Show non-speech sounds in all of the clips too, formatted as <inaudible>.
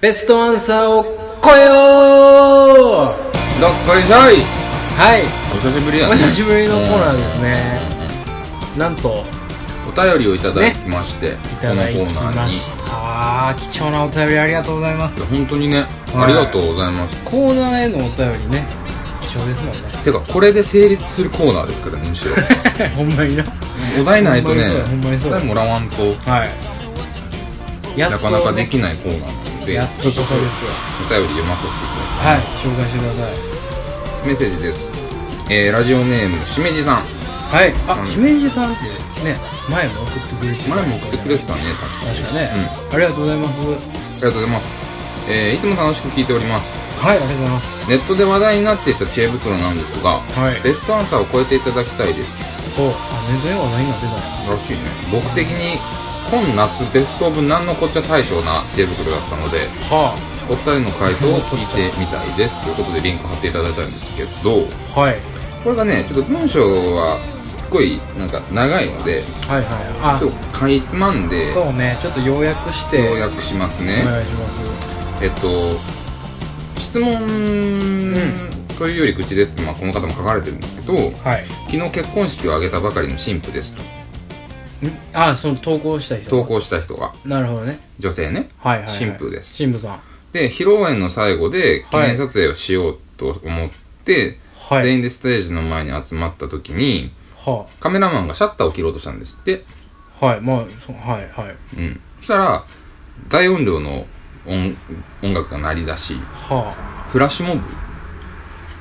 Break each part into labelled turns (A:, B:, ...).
A: ベストアンサーを超えよう
B: どっこいしょい <laughs>
A: はい
B: お久しぶりや
A: お
B: ね
A: 久しぶりのコーナーですねなんと
B: お便りをいただきまして、
A: い
B: こ
A: た
B: のコ
A: だき
B: ーナー
A: ま
B: にい
A: した貴重なお便りありがとうございます
B: や本当にね、
A: はい
B: ありがとうございます
A: コーナーへのお便りね貴重ですもんね
B: てかこれで成立するコーナーですからね
A: <laughs>
B: むしろ <laughs>
A: ほんまにな
B: お題ないとね
A: ほんまにそうほんまにそ
B: お
A: う
B: 題もらわんと
A: はいや
B: な
A: っと
B: かなかできないコーナーなので
A: やっとこそですよ
B: お便り読ませていただきま
A: はい紹介してください
B: すメッセージです、えー、ラジオネームしめじさん
A: はいあ、
B: うん
A: しめじさんってね前も送ってくれてた
B: 前も送ってくれてたね確かに
A: 確かね、ありがとうございます
B: ありがとうございます、えー、いつも楽しく聞いております
A: はいありがとうございます
B: ネットで話題になっていた知恵袋なんです
A: は
B: が、
A: い
B: ベストアンサーを超えていただきたいです
A: そうあネットでは何が出た
B: らしいね僕的に今夏ベストオブなんのこっちゃ大賞な知恵袋だったので
A: のは
B: お二人の回答を聞いてみたいですということでリンク貼っていただいたんですけど
A: あはい
B: これがねちょっと文章はすっごいなんか長いので
A: はいはい
B: 今日かいつまんで
A: あそうねちょっと要約して
B: 要約しますね
A: お願いします
B: えっと質問というより口ですって、まあ、この方も書かれてるんですけど
A: はい
B: 昨日結婚式を挙げたばかりの新婦です
A: ん
B: と
A: あその投稿した人
B: 投稿した人が
A: なるほどね
B: 女性ね
A: はいはい、はい、
B: 新婦です
A: 新婦さん
B: で披露宴の最後で記
A: はい
B: 念撮影をしようと思って、
A: はい
B: 全員でステージの前に集まった時に
A: は
B: カメラマンがシャッターを切ろうとしたんですって、
A: あはいまあそはいはい
B: うん、そしたら大音量の音音楽が鳴り出し
A: は
B: フラッシュモブ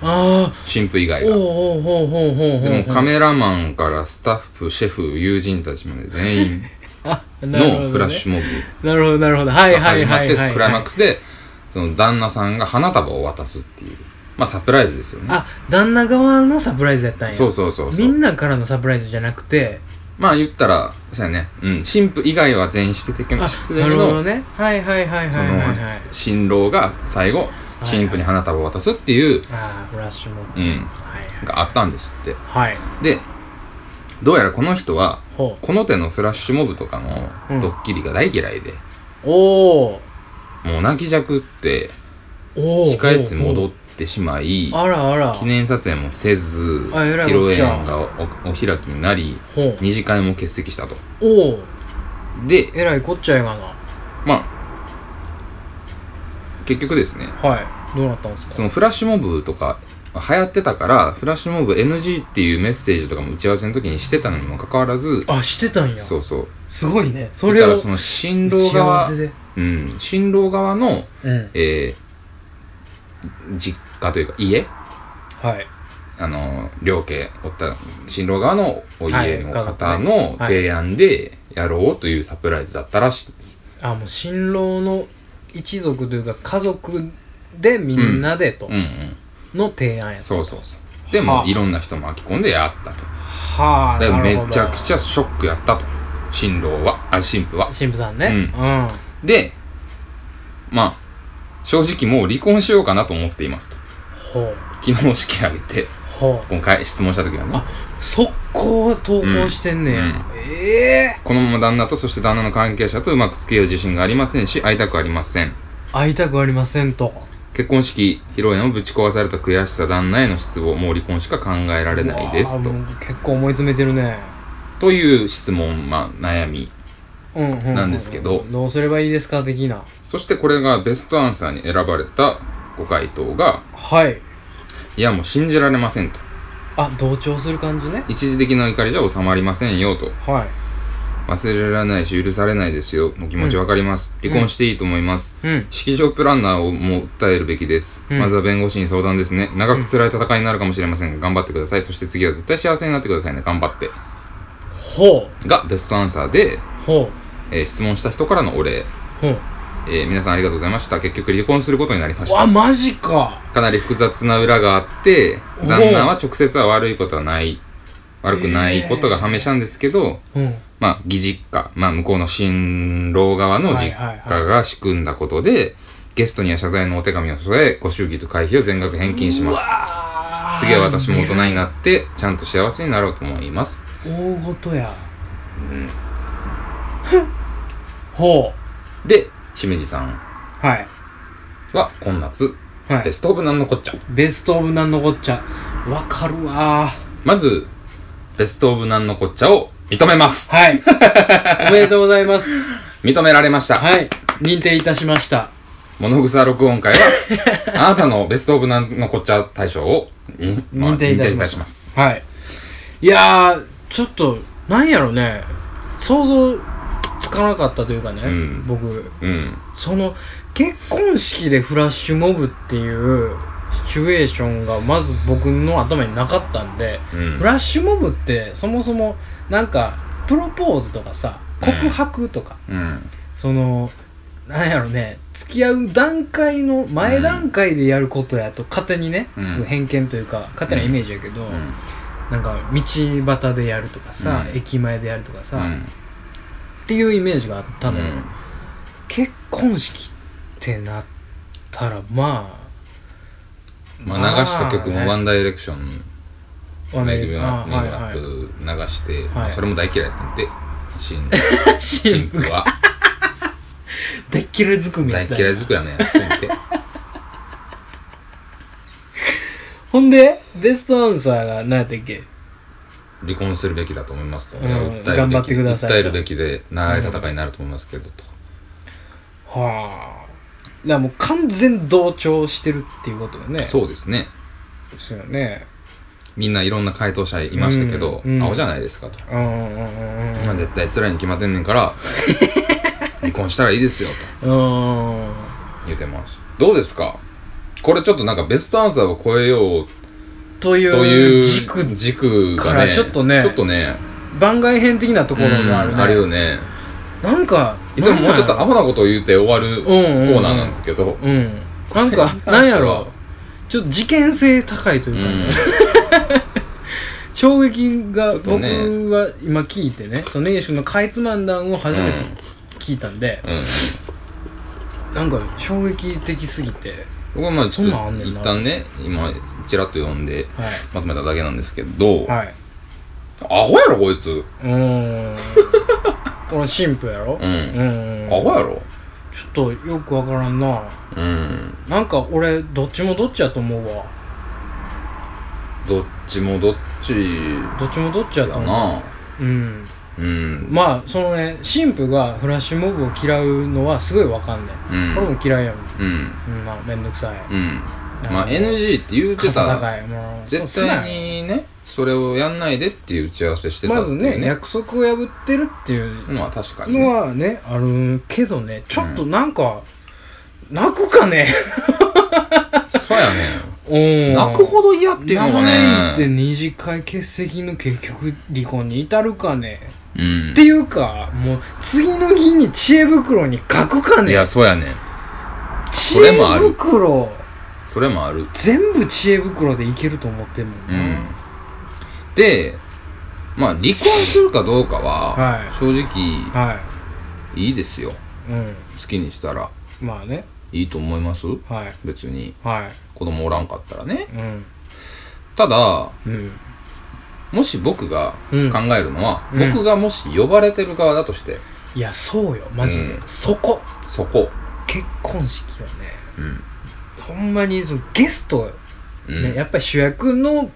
A: ああ
B: 新婦以外
A: ーお
B: が
A: おほうほうほうほう
B: で
A: ほう
B: もカメラマンからスタッフシェフ友人たちまで全員
A: あ <laughs> なるほどね
B: のフラッシュモブ
A: なるほどなるほどはい
B: が
A: は
B: 始
A: い
B: ま
A: は
B: っ
A: い
B: て
A: はい
B: クライマックスでその旦那さんが花束を渡すっていうまあサプライズですよね
A: あ旦那側のサプライズやったんや
B: そうそうそうそう
A: みんなからのサプライズじゃなくて
B: まあ言ったら、そうやね、うん、新婦以外は全員しててけ
A: あ
B: まして
A: な
B: たけ
A: るほ
B: ど、
A: どねはいはいはいはいはいはい
B: その、新郎が最後、
A: い
B: 新婦に花束を渡すっていう、
A: ああフラッシュも
B: うん、
A: はい
B: があったんですって。
A: はい
B: で、どうやらこの人は、
A: ほう
B: この手のフラッシュモブとか
A: うん
B: のドッキリが大嫌いで、
A: おー
B: もう泣きじゃくって、
A: おー
B: 控室に戻
A: っ
B: ってしまい、
A: あらあら
B: 記念撮影もせず、
A: あえら
B: 披
A: いこっ
B: 露宴
A: ちゃ
B: がおお開きになり、
A: ほう
B: 二次会も欠席したと。
A: おお
B: で、
A: えらいこっちゃいがな
B: まあ、結局ですね、
A: はいどうなったんですか
B: そのフラッシュモブとか流行ってたからフラッシュモブ NG っていうメッセージとかも打ち合わせの時にしてたのにもかかわらず
A: あしてたんや
B: そうそう
A: すごいねそ
B: そ
A: れ
B: れ
A: を
B: らその新郎側
A: 幸せで
B: うん新郎側の
A: うん
B: えー実家というか家
A: はい
B: あの両家おった新郎側のお家の
A: はい
B: 方の
A: はい
B: 提案でやろうというサプライズだったらしいんです、
A: あもう新郎の一族というか家族でみんなでと
B: うんうん
A: の提案やった
B: そうそうそうでも
A: はあ
B: いろんな人巻き込んでやったと
A: はあ
B: だから
A: なるほど
B: めちゃくちゃショックやったと新郎はあ新婦は
A: 新婦さんねう
B: う
A: ん
B: ん、でまあ正直もう離婚しようかなと思っていますと
A: ほう
B: 昨日式挙げて
A: ほ
B: 今回質問した時はね
A: う速攻投稿してんねや、
B: うん
A: ええ
B: このまま旦那とそして旦那の関係者とうまく付き合う自信がありませんし会いたくありません
A: 会いたくありませんと
B: 結婚式披露宴をぶち壊された悔しさ旦那への失望もう離婚しか考えられないですと
A: うわあもう結構思い詰めてるね
B: という質問まあ悩み
A: うんうん、
B: なんですけど
A: どうすればいいですか的な
B: そしてこれがベストアンサーに選ばれたご回答が
A: はい
B: いやもう信じられませんと
A: あ同調する感じね
B: 一時的な怒りじゃ収まりませんよと
A: は
B: 忘れられないし許されないですよお気持ちわかります、離婚していいと思います、
A: いうん
B: 式場プランナーをもう訴えるべきです、
A: うん
B: まずは弁護士に相談ですね長く辛い戦いになるかもしれませんが頑張ってくださいそして次は絶対幸せになってくださいね頑張って
A: ほう
B: がベストアンサーで、
A: ほ
B: えー質問した人からのお礼、
A: うほう
B: えー皆さんありがとうございました結局離婚することになりまし
A: わ
B: た
A: マジか
B: かなり複雑な裏があって
A: おお
B: 旦那は直接は悪いことはない悪くないことが判明したんですけど、
A: うん
B: まあ、義実家、まあ、向こうの新郎側の実家が仕組んだことで、ゲストには謝罪のお手紙を添え、ご祝儀と会費を全額返金します。次は私も大人になって、ちゃんと幸せになろうと思います。
A: 大ごとやうんほう
B: で、しめじさん、
A: はい
B: は、今夏、
A: は
B: ベ
A: い
B: ストオブなんのこっちゃ。
A: ベストオブなんのこっちゃわかるわ
B: まず、ベストオブなんのこっちゃを認めます。
A: はい
B: <laughs>
A: おめでとうございます
B: 認められました。
A: はい認定いたしました
B: 物草録音会は、
A: <laughs>
B: あなたのベストオブなんのこっちゃ大賞をに、まあ
A: 認定いたし
B: 認定
A: ま
B: い
A: した
B: します。
A: はいいやーちょっとなんやろね想像つかなかったというかね、
B: うん
A: 僕
B: うん。
A: その結婚式でフラッシュモブっていうシチュエーションがまず僕の頭になかったんで、
B: うん
A: フ。ラッシュモブってそもそもなんかプロポーズとかさ告白とか、
B: うん。
A: そのなんやろね付き合う段階の前段階でやることやと勝手にね、
B: うん
A: 偏見というか勝手なイメージやけど、
B: うん。
A: なんか道端でやるとかさ、
B: うん
A: 駅前でやるとかさ、
B: う
A: っ
B: ん
A: ていうイメージがあったのよ、
B: うん
A: 結婚式ってなったらま
B: まあ、流した曲
A: まあ
B: も
A: ね
B: ワンダイレクション、
A: あ
B: メイビー
A: あ
B: ラ
A: はい
B: ッ
A: は
B: プ流して、ま
A: は
B: あ
A: い
B: それも大嫌いだったんで、新
A: <laughs> い
B: 新婦は
A: 大っ嫌いずくみた
B: 大
A: いな
B: 嫌い作りはね、やってみて。
A: ほんでベストアンサーが何やったっけ
B: 離婚するべきだと思いますと、
A: うん
B: いや訴えるべき
A: 頑張ってくださいと
B: 訴えるべきで長い戦いになると思いますけどと、
A: はあだからもう完全同調してるっていうことよね
B: そうですね
A: うですよね
B: みんないろんな回答者いましたけど、
A: うんうん
B: 青じゃないですかと、
A: うんうんうん
B: まあ絶対辛いに決まってんねんから
A: <laughs>
B: 離婚したらいいですよと
A: うんうん
B: 言ってますどうですかこれちょっとなんかベストアンサーを超えよう
A: とい
B: という
A: う軸
B: 軸
A: か
B: がね
A: らちょっとね
B: ちょっとね
A: 番外編的なところがある,、
B: うんあるよね
A: なんか
B: いつももうちょっとアホなことを言って終わるコ
A: うんうん
B: ーナーなんですけど、
A: うんなん
B: <laughs>
A: かなんやろちょっと事件性高いといううかね、
B: ん
A: 衝撃が
B: ちょっ
A: 僕
B: とね
A: は今聞いてねそのネイションのかいつまんだんを初めて聞いたんで、
B: うん
A: なんか衝撃的すぎて
B: 僕はまあちょっと
A: そんなんあんねん
B: 一
A: な
B: 旦ね今ちらっと読んで
A: は
B: まとめただけなんですけど、
A: いはい
B: アホやろこいつ
A: うー
B: <laughs>
A: んこの神父やろ
B: う
A: うんーん
B: アホやろ
A: ちょっとよくわからんな
B: うん
A: なんか俺どっちもどっちやと思うわ
B: どっちもどっち
A: どっちもどっちやと
B: だ
A: 思
B: な
A: ううん
B: うん
A: まあそのね神父がフラッシュモブを嫌うのはすごいわかんねん
B: うん
A: 俺も嫌いやも
B: うん
A: ん、うん、まあめんどくさい
B: うんまあ
A: なんか
B: NG って言うて
A: 肩
B: た
A: 高いもう
B: 絶対にねそれをやんないでっていう打ち合わせしてた
A: ま
B: ってい
A: ず
B: う
A: ね約束を破ってるっていう
B: まあ確かに
A: の
B: ね
A: はねあるけどねちょっとなんか、泣くかね
B: そうやね
A: うん
B: 泣くほど嫌っていうのが
A: 泣いて
B: ね
A: 二次会欠席の結局離婚に至るかね
B: うん
A: っていうかもう次の日に知恵袋に書くか
B: い
A: ね
B: やそうやね
A: 知
B: そ
A: 恵
B: れもある
A: 袋
B: それもある
A: 全部知恵袋でいけると思ってんもん
B: う
A: な、
B: んで、まあ、離婚するかどうか
A: は
B: は、
A: い
B: 正直、
A: はい
B: いいですよ。
A: うん
B: 好きにしたら、
A: まあね
B: いいと思います
A: はい
B: 別に、
A: はい
B: 子供おらんかったらね。
A: うん
B: ただ、
A: うん
B: もし僕が
A: う
B: 考
A: ん
B: えるのは、
A: うん
B: 僕がもし呼ばれてる側だとして、
A: いやそうよマジで、
B: う
A: そこ
B: そこ。
A: 結婚式はね
B: う
A: ほ
B: ん。
A: んまにそのゲスト、
B: うん
A: ねやっぱり主役の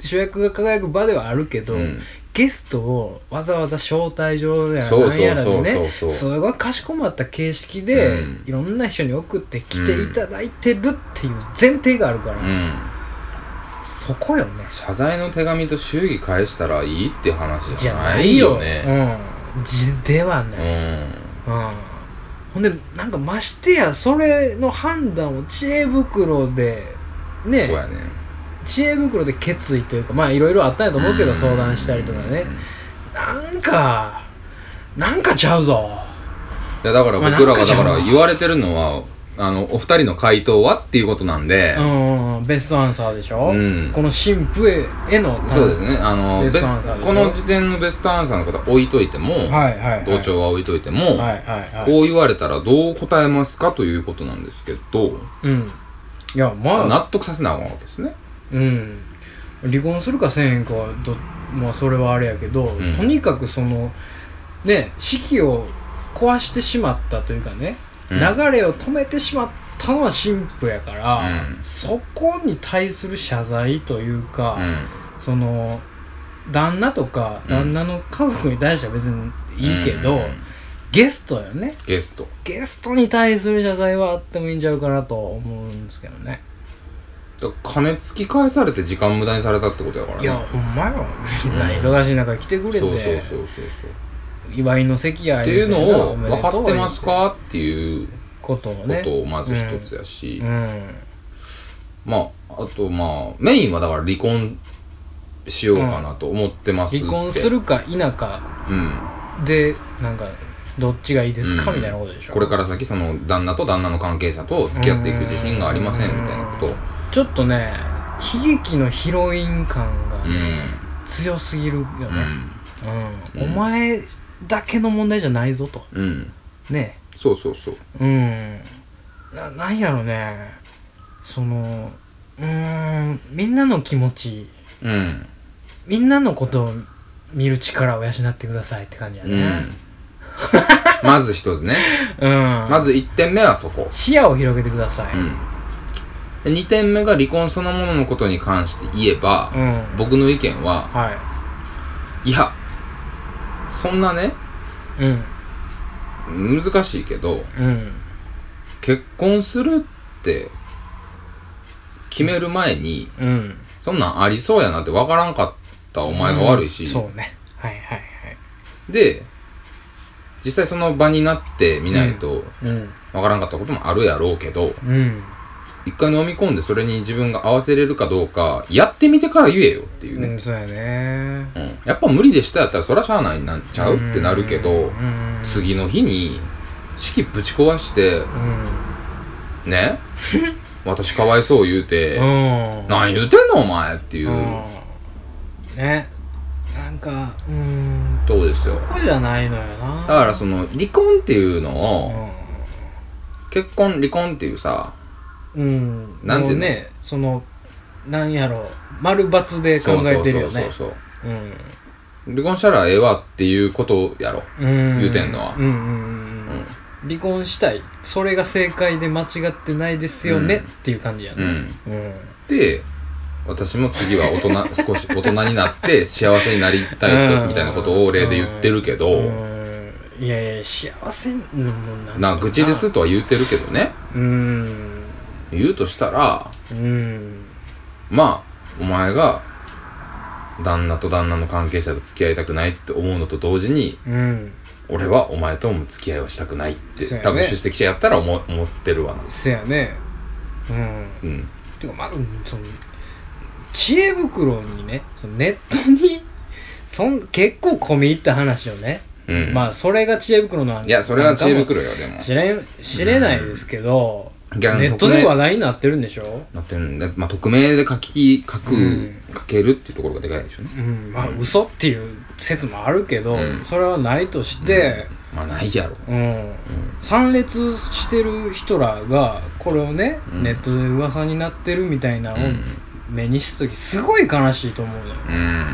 A: 主役が輝く場ではあるけど、
B: うん
A: ゲストをわざわざ招待状や
B: そう
A: な
B: そうそう
A: んやらでね
B: そうそう
A: すごいかしこまった形式で、
B: うん
A: いろんな人に送ってきていただいてるっていう前提があるから、
B: うん。
A: そこよね
B: 謝罪の手紙と祝儀返したらいいって話
A: じ
B: じ
A: ゃ
B: ゃ
A: な
B: ないい
A: よ
B: よ
A: ね
B: ね。
A: うんじでは
B: う
A: ない、
B: ん。
A: うんほんでなんかましてやそれの判断を知恵袋でね
B: そうやね。
A: 知恵袋で決意というかまあいろいろあったんやと思うけど
B: ん
A: 相談したりとかねなんかなんかちゃうぞ
B: いやだから
A: まあ
B: 僕
A: な
B: ら
A: んか
B: が
A: じゃ
B: だ
A: ん
B: から言われてるのは、あの、お二人の回答はっていうことなんで
A: う、んベストアンサーでしょ、
B: うん
A: この神父へへの
B: そうですね、あの、
A: ベス
B: ベ
A: ト
B: ス
A: アンサーでしょ
B: この時点のベストアンサーの方置いといても、
A: はいはい、はい、
B: 同調は置いといても、
A: はいはいはい
B: こう言われたらどう答えますかということなんですけど、
A: うんいやまあ
B: 納得させなあかんわけですね。
A: うん離婚するかせえへんかはどまあそれはあれやけど、
B: ん
A: とにかくそのね式を壊してしまったというかね、
B: うん
A: 流れを止めてしまったたのは神父やから、
B: うん
A: そこに対する謝罪というか、
B: うん
A: その旦那とか
B: うん
A: 旦那の家族に対しては別にいいけど、
B: うん
A: ゲストよね
B: ゲスト
A: ゲストに対する謝罪はあってもいいんちゃうかなと思うんですけどね
B: だから金突き返されて時間無駄にされたってことやから
A: いや
B: ね
A: ほんまよみんな忙しい中来てくれて、
B: そうそうそうそうそう
A: 祝いの席や
B: っていうのを
A: おめで
B: 分
A: と
B: か
A: う
B: ってますかっていう
A: ことを
B: こ
A: ね
B: とをまず一つやし、
A: うん
B: まああとまあメインはだから離婚しようかなと思ってますって、
A: 離婚するか否か
B: うん
A: でなんかどっちがいいですか、
B: うん
A: みたいなことでしょ
B: これから先その旦那と旦那の関係者と付き合っていく自信がありませんみたいなことを
A: ちょっとね悲劇のヒロイン感が
B: うん
A: ね、強すぎるよ
B: う
A: ね、う
B: ん
A: ん
B: うん
A: お前だけの問題じゃないぞと
B: うん
A: ね
B: そうそうそう
A: うんななんやろねそのうーんみんなの気持ち
B: うん
A: みんなのことを見る力を養ってくださいって感じや
B: う
A: ね
B: んまず一つね
A: うん、
B: まず1点目はそこ
A: 視野を広げてください、
B: うん2点目が離婚そのもののことに関して言えば、
A: うん
B: 僕の意見は
A: はい
B: やそんなね
A: いうん
B: 難しいけど
A: うん
B: 結婚するって決める前に
A: うん
B: そんなんありそうやなって分からんかったお前が悪いし、
A: うんそうねはいはいはい
B: で、実際その場になってみないと、
A: うん
B: わからんかったこともあるやろうけど、
A: うん
B: 一回飲み込んでそれに自分が合わせれるかどうか、やってみてから言えよっていう
A: う
B: ね。
A: ん、そうやね
B: うん。やっぱ無理でしたやったらそらしゃあないなんちゃうってなるけ
A: うん
B: ど、
A: うん
B: 次の日に、式ぶち壊して、
A: う <laughs>
B: ね私かわいそう言うて、
A: んうん
B: 何言うてんのお前っていううん
A: ねなんかうーん
B: とこですよ。
A: そうじゃないのよな
B: だからその、離婚っていうの
A: う
B: を、
A: ん
B: 結婚離婚っていうさ、
A: うん
B: なんていう
A: も
B: の
A: うねそのなんやろ丸×で考えてるよ
B: そ
A: ね
B: うそうそうそう。
A: うん
B: 離婚したらええわっていうことやろ。
A: うん
B: 言うてんのは
A: うんうんうんうん離婚したいそれが正解で間違ってないですよね、
B: うん
A: っていう感じや
B: う
A: ね
B: ん。
A: うん、
B: で、私も次は大
A: <laughs>
B: 人、少し大人になって幸せになりたいと、
A: うん
B: みたいなことを例で言ってるけど、
A: うんいやいや幸せにもうなん
B: な、愚痴ですとは言ってるけどね。
A: うん
B: 言うとしたら、
A: うん
B: まあ、お前が、旦那と旦那の関係者と付き合いたくないって思うのと同時に、
A: うん
B: 俺はお前とも付き合いはしたくないって、
A: そうやね
B: 多分出席者やったら思思ってるわな。
A: そやねうん
B: うん。
A: てかまずその知恵袋にねそのネットにそん結構込み入った話をね、
B: うん。
A: まあそれが知恵袋の話
B: いや、それは知恵袋よ、でも。
A: 知れん知れないですけど、
B: うん
A: ネット
B: い
A: で
B: や匿名
A: 話題になってるんでしょ
B: なってるんで、まあ、匿名で書き、書く、
A: うん
B: 書けるっていうところがでかいでしょうね。
A: うんまあ嘘っていう説もあるけど、
B: うん
A: それはないとして、
B: まあ、ないやろ。
A: うん参列してる人らがこれをね、
B: うん
A: ネットで噂になってるみたいな
B: う
A: のを
B: ん。
A: 目にした時すごい悲しいと思うのよ、
B: うん。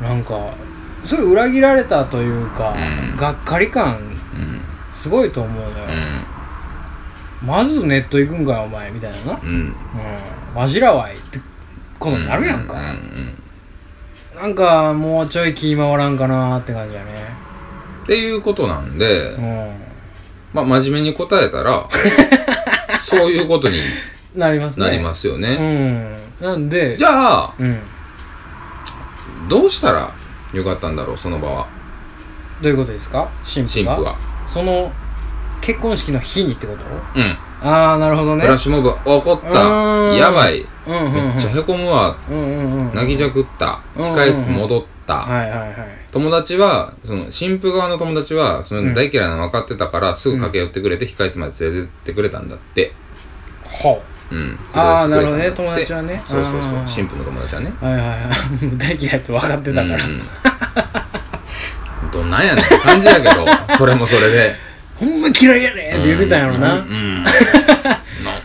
A: うん、なんかそれ裏切られたというか、
B: うん
A: がっかり感
B: うん。
A: すごいと思うのよ
B: う、ん。
A: まずネット行くんかよお前みたいなな
B: う
A: う
B: ん。
A: ん、わじらわいってことになるやんか、
B: うん。
A: なんかもうちょい気回らんかなーって感じやね
B: うんっていうことなんで、
A: う
B: まあ、真面目に答えたら、そういうことに
A: んなりますね
B: なりますよ
A: う
B: ね。
A: んなんで
B: じ
A: ゃ
B: ゃあ、
A: うん
B: どうしたらよかったんだろう、その場は。
A: どういうことですか神
B: 神
A: 父
B: 父
A: が
B: は。
A: その結婚式の日にってこと
B: うん。
A: ああなるほどね
B: フラッシュモブ、怒っ
A: う
B: た。
A: ん
B: やばい。
A: うんうんうん
B: めっちゃへこむわ。
A: うんうんうん
B: 泣きじゃくった。
A: うんうんうん
B: 控え室戻った。
A: はいはいはい
B: 友達は、その、新婦側の友達は、そうの
A: ん
B: 大嫌いなの分かってたから、すぐ駆け寄ってくれて、控室まで連れてってくれたんだって。
A: ほ
B: うん。
A: うああなるほどね
B: 連れて
A: 友
B: ってく
A: 達
B: れたんだ
A: はね
B: ってそうそうそ
A: あ
B: う。
A: ー
B: 新婦の友達はね。
A: はいはいはいもう大嫌いって分かってたから、
B: うんうん。どんなんやねんって感じやけ
A: <laughs>
B: ど、それもそれで。
A: ほんま嫌いやねんって言ってたんやろな、う
B: うん。う
A: <laughs>
B: ん。な、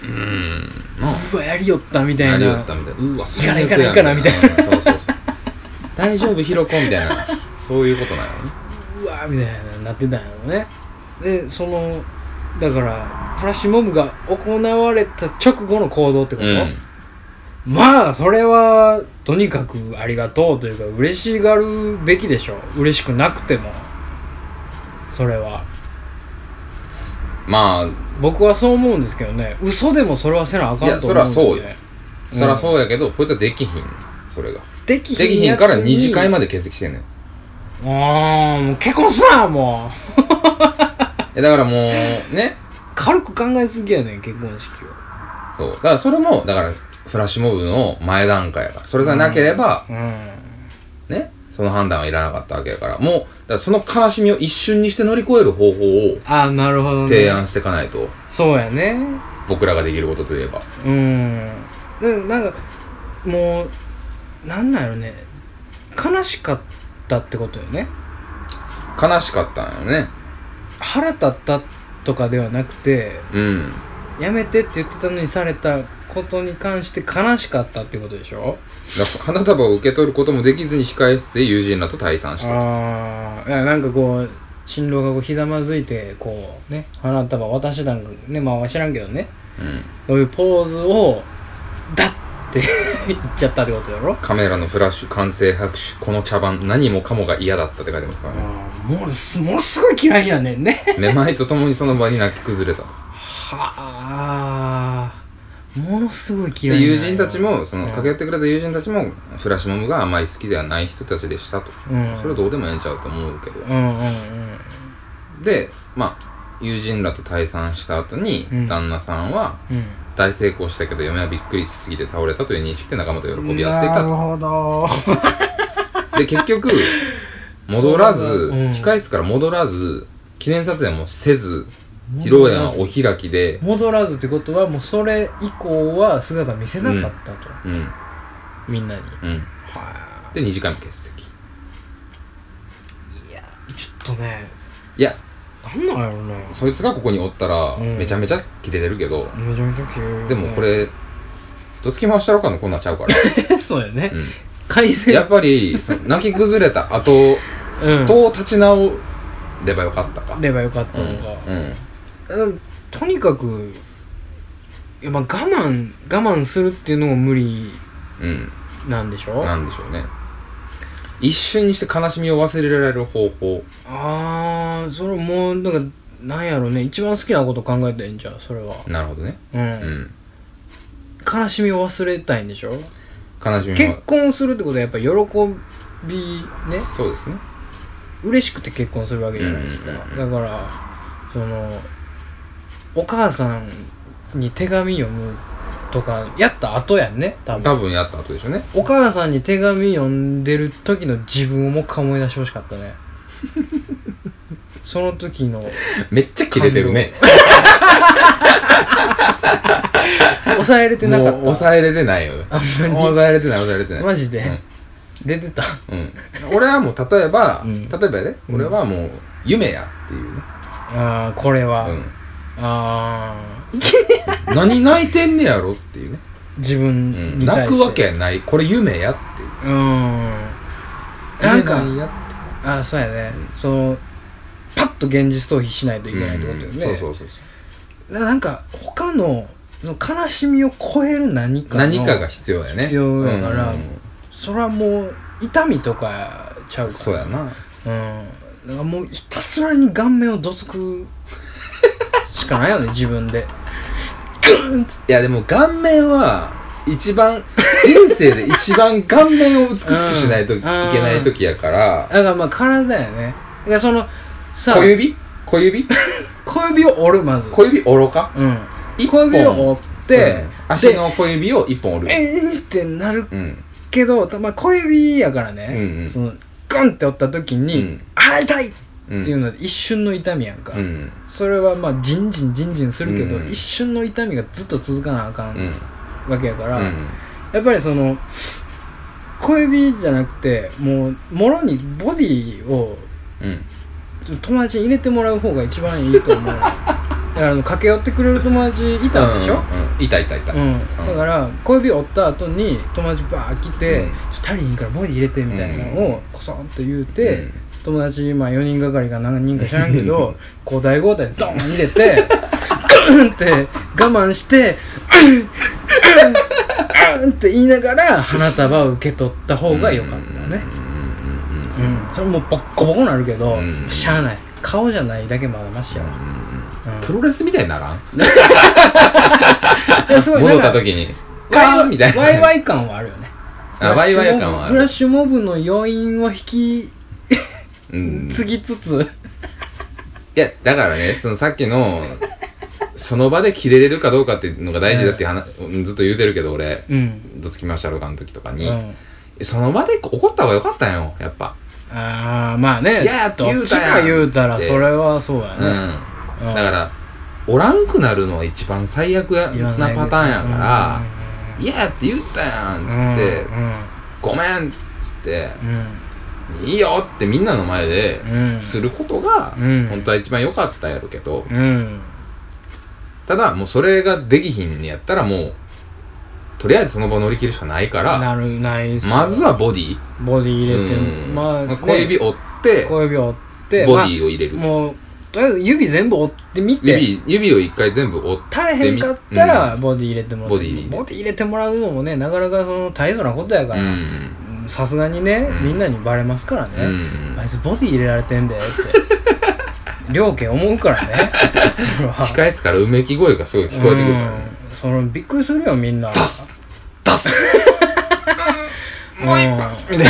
B: うん。な
A: わやりよったみたいな
B: 何をやったみたいな。うわ、そ
A: いかないいかないいかない
B: な。そうそうそう。大丈夫、ひろこみたいな。そういうことなんやろね。
A: うわーみたいななってたんやろねでそのだからフラッシュモブが行われた直後の行動ってこ
B: う
A: と、
B: ん。
A: まあそれはとにかくありがとうというか嬉しがるべきでしょ嬉しくなくてもそれは
B: まあ、
A: 僕はそう思うんですけどね嘘でもそれはせなあかんと思うん
B: いやそらそうよ
A: ですね
B: そらそうやけど、こいつはできひん。それが。
A: でき
B: でき
A: ひん
B: ひ
A: や
B: ん
A: つ
B: から
A: に
B: 二次会まで欠席してんねん。
A: ああもう結婚すなもう
B: えだからもう、ね。
A: 軽く考えすぎやねん結婚式を
B: そう。だからそれも、だから、フラッシュモブの前段階やから。それさえなければ、
A: うん
B: ね。その判断はいらなかったわけやから。もう、だからその悲しみを一瞬にして乗り越える方法を
A: ああなるほどね
B: 提案していかないと、
A: そうやね
B: 僕らができることといえば。
A: うんでなんかもうなんなんやろね悲しかったってことよね
B: 悲しかったんよね。
A: 腹立ったとかではなくて
B: うん。
A: やめてって言ってたのにされたことに関して悲しかったってことでしょ
B: だから花束を受け取ることもできずに控え室で友人らと退散した。
A: ああいやなんかこう新郎がこうひざまずいてこうね花束渡してたんかねまあ知らんけどね
B: うん。
A: そういうポーズをだって <laughs> 言っちゃったってことやろ
B: カメラのフラッシュ、完成拍手、この茶番、何もかもが嫌だったって書いてますからね。
A: もうすものすごい嫌いやねんね
B: めまいとともにその場に泣き崩れたと。
A: はあものすごい嫌
B: で
A: いなん
B: 友
A: よ
B: 人たちも、そ
A: う
B: の、
A: ん
B: 駆け寄ってくれた友人たちも、フラッシュモブがあまり好きではない人たちでしたと。
A: うん
B: それはどうでもええんちゃうと思うけど。
A: うんうんうん
B: で、まあ、友人らと退散した後に
A: うん、
B: 旦那さんは、
A: うん
B: 大成功したけど、嫁はびっくりしすぎて倒れたという認識で仲間と喜び合っていたと。
A: ほど
B: で、結局、戻らず、
A: そうなんだうん
B: 控室から戻らず、記念撮影もせず、披露宴はお開きで、
A: 戻らずってことはもうそれ以降は姿見せなかったと、
B: うん、
A: みんなに
B: うん。
A: は
B: で、2時間も欠席。
A: いちょっとね
B: いや、
A: なんなんやろね
B: そいつがここにおったら、
A: うん
B: めちゃめちゃキレてるけど、
A: めちゃめちゃ綺麗
B: でもこれ、どつき回したろかのこんなんちゃうから。
A: <laughs> そうやね、
B: う
A: 改
B: ん。
A: 善
B: やっぱり、その泣き崩れた後、
A: うん
B: どう立ち直ればよかったか。
A: ればよかっ
B: う
A: た
B: ん。う
A: のか、
B: ん。
A: うんとにかくいやまあ我慢我慢するっていうのも無理
B: うん。
A: なんでしょあ
B: なんでしょうね。一瞬にして悲しみを忘れられる方法。
A: あーそれもうなんかなんやろうね一番好きなこと考えたらいいんじゃうそれは
B: なるほどね。
A: うん、
B: うん。
A: 悲しみを忘れたいんでしょ
B: 悲しみ
A: 結
B: は。
A: 婚するってことはやっぱ喜びね
B: そうですね。
A: 嬉しくて結婚するわけじゃないですか、
B: うんうんう
A: だからそのお母さんに手紙読むとかやった後やんね多分
B: 多分やった後でしょうね。
A: お母さんに手紙読んでる時の自分をもう一回思い出してほしかった
B: <laughs>
A: ねその時の
B: めっちゃキレてるね。
A: 抑えれてな
B: もう
A: かった
B: 抑えれてないよ。
A: あんまり
B: 抑えれてない、抑えれてない。
A: マジで、出てた
B: うん。俺はもう、例えば、
A: うん
B: 例えばね、俺はもう、夢やっていうね。
A: ああこれは、
B: う
A: ああ
B: ん。何泣いてんねやろっていうね。
A: 自
B: う
A: 分
B: ん。
A: に対
B: 泣
A: して、
B: くわけない。これ夢やってい
A: う
B: う。
A: んなんか
B: 夢や
A: ああそうやね、そのパッと現実逃避しないといけないってことよね、
B: うんそうそうそうそう。
A: ななんか他のその悲しみを超える何かの
B: 何かが必要やね。
A: 必要やから
B: うんうん
A: それはもう痛みとかちゃうから
B: そうやな。
A: うんだからもうひたすらに顔面をどつ
B: <laughs>
A: くしかないよね自分で
B: いやでも顔面は
A: <laughs>
B: 一番人生で一番顔面を美しくしないと
A: うん
B: いけない時やから
A: だからまあ体やねだからそのさ
B: 小指小指
A: 小指を折るまず
B: 小指愚か
A: うん、
B: 一
A: 小
B: 本
A: 指を折って、
B: うん足の小指を一本
A: で
B: 折る
A: えーってなる
B: うん
A: けど、たまあ、小指やからね、
B: うんうん
A: そのグンって折った時に、
B: うん
A: あー痛いっ
B: うん
A: ていうので一瞬の痛みやんか、
B: うん
A: それはまあジンジンジンジンするけど、
B: うん
A: 一瞬の痛みがずっと続かなあか
B: うんん
A: わけやから、
B: うん
A: やっぱりその小指じゃなくてもうもろにボディを
B: うん
A: 友達に入れてもらう方が一番いい <laughs> と思うだからあの駆け寄ってくれる友達いたんでしょ、
B: うんうんいたいたいた
A: うんだから小指折った後に友達バー来て「
B: う
A: ち
B: ん
A: ょっと足りひんからボディ入れて」みたいなのをこそんと言うて、
B: うん
A: 友達、まあ、4人がかりか何人か知らんけ
B: <laughs>
A: ど交代交代ドーン入れてガーンって我慢してうんうんうんって言いながら花束を受け取った方が良かったねうんそれもうボッコボコなるけど
B: うん
A: しゃあない顔じゃないだけまだマシやわうん
B: プロレスみたいにならん
A: いやすごい
B: 戻っ
A: な
B: た
A: んか
B: 時
A: ワ
B: に
A: イ
B: カーンみたいな
A: ワイワイ感はあるよね
B: あワイワイ感はあ
A: フラッ
B: る
A: シュモブの余韻を引き
B: うん
A: 継ぎつつ
B: いや、だからね、そのさっきの、その場で切れれるかどうかっていうのが大事だっていう話、ずっと言うてるけど、俺、
A: うん、
B: どつきましたろかの時とか
A: う
B: に、
A: ん、
B: その場で怒った方が良かったんよ、やっぱ。
A: ああまあね
B: いやーって言
A: どっ
B: う
A: ち
B: たやん
A: が言うたら
B: っ
A: そ
B: て
A: れはそうや
B: うん。
A: ね、うん
B: だから、おらんくなるのは一番最悪や
A: 言わ
B: ない
A: で
B: パターンやか
A: う
B: ら、いやって言ったやん、つ
A: んうんうん
B: って、
A: うん
B: ごめん、つって、
A: うん
B: いいよってみんなの前で、
A: うん
B: することが、
A: うん
B: 本当は一番良かったやろけど、
A: うん
B: ただもうそれができひんにやったらもうとりあえずその場乗り切るしかないから
A: なるないっす
B: まずはボディ
A: ボディ入れて
B: うん
A: まあね
B: 小指折って
A: 小指折って
B: ボデ
A: ま
B: ィを入れ
A: あ
B: る、
A: もうとりあえず指全部折ってみて
B: 指指を一回全部折っ
A: 足れへんかったら
B: う
A: ボディ入れてもらう
B: ボディ入れて
A: ボディ入れてもらうのもねなかなかその大層なことやか
B: う
A: ら
B: ん
A: うんさすがにね
B: うん
A: みんなにバレますから
B: う
A: ね
B: ん
A: あいつボディ入れられてんだよって
B: <laughs>
A: 両家思うからねそれは
B: 控え室からうめき声がすごい聞こえてくるからね
A: うんそのびっくりするよみんな
B: 出す出
A: <laughs>
B: す
A: うん
B: もう一発みたいな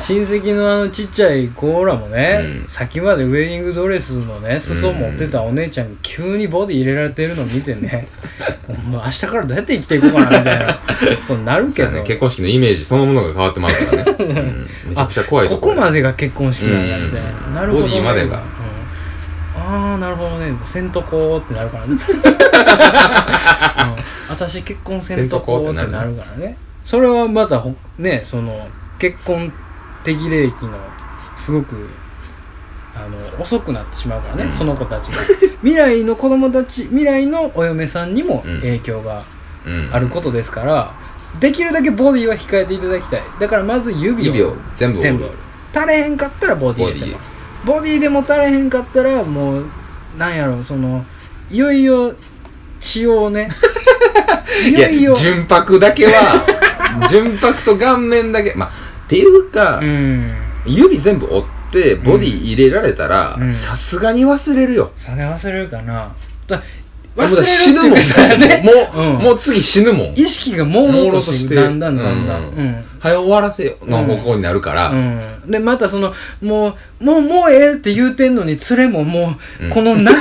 A: 親戚のあのちっちゃい子らもね、
B: うん
A: 先までウェディングドレスのね裾持ってたお姉ちゃんに急にボディ入れられてるの見てね
B: <laughs>
A: もう明日からどうやって生きていこうかなみたいなそうなるけ
B: そう
A: ど、
B: だね結婚式のイメージそのものが変わってまうから
A: <laughs>
B: ね、うんめちゃくちゃ怖い
A: こと
B: こ
A: こ
B: ろ
A: までが結婚式なんだみたいな、
B: うん
A: なるほどね
B: ボディまでが
A: うんああなるほどねせんとこうってなるから
B: <laughs>
A: ね、うん私結婚せんとこうってなるからねそれはまたほねその結婚適齢期のすごくあの遅くなってしまうからね、
B: うん
A: その子たちが未来の子供たち未来のお嫁さんにも
B: うん
A: 影響が
B: うん
A: あることですから、できるだけボディは控えていただきたいだからまず指を
B: 指を全部折
A: 全
B: る
A: 部足れへんかったらボディ
B: ボ
A: 入
B: デ
A: れても
B: ィ
A: ボディでも足れへんかったらもうなんやろそのいよいよ血を
B: <laughs>
A: ねいよいよ
B: 純白だけは、 <laughs> 純白と顔面だけ、まあ、っていうか、
A: うん
B: 指全部折って、ボディ入れられた
A: う
B: ら、
A: ん
B: さすがに忘れるよ。
A: それ忘れるかなだ
B: もう
A: 忘れる
B: だ死ぬもん、
A: っ
B: <laughs>
A: ていうかね
B: もう、
A: うん
B: もう次死ぬもん。
A: 意識が朦朧と
B: 朦朧と
A: し
B: してて
A: だんだんだんだん
B: うん
A: うん
B: 早終わらせよの方向になるから、
A: うん、でまたそのもうもうもうええって言うてんのに連れももう、
B: うん
A: この流れに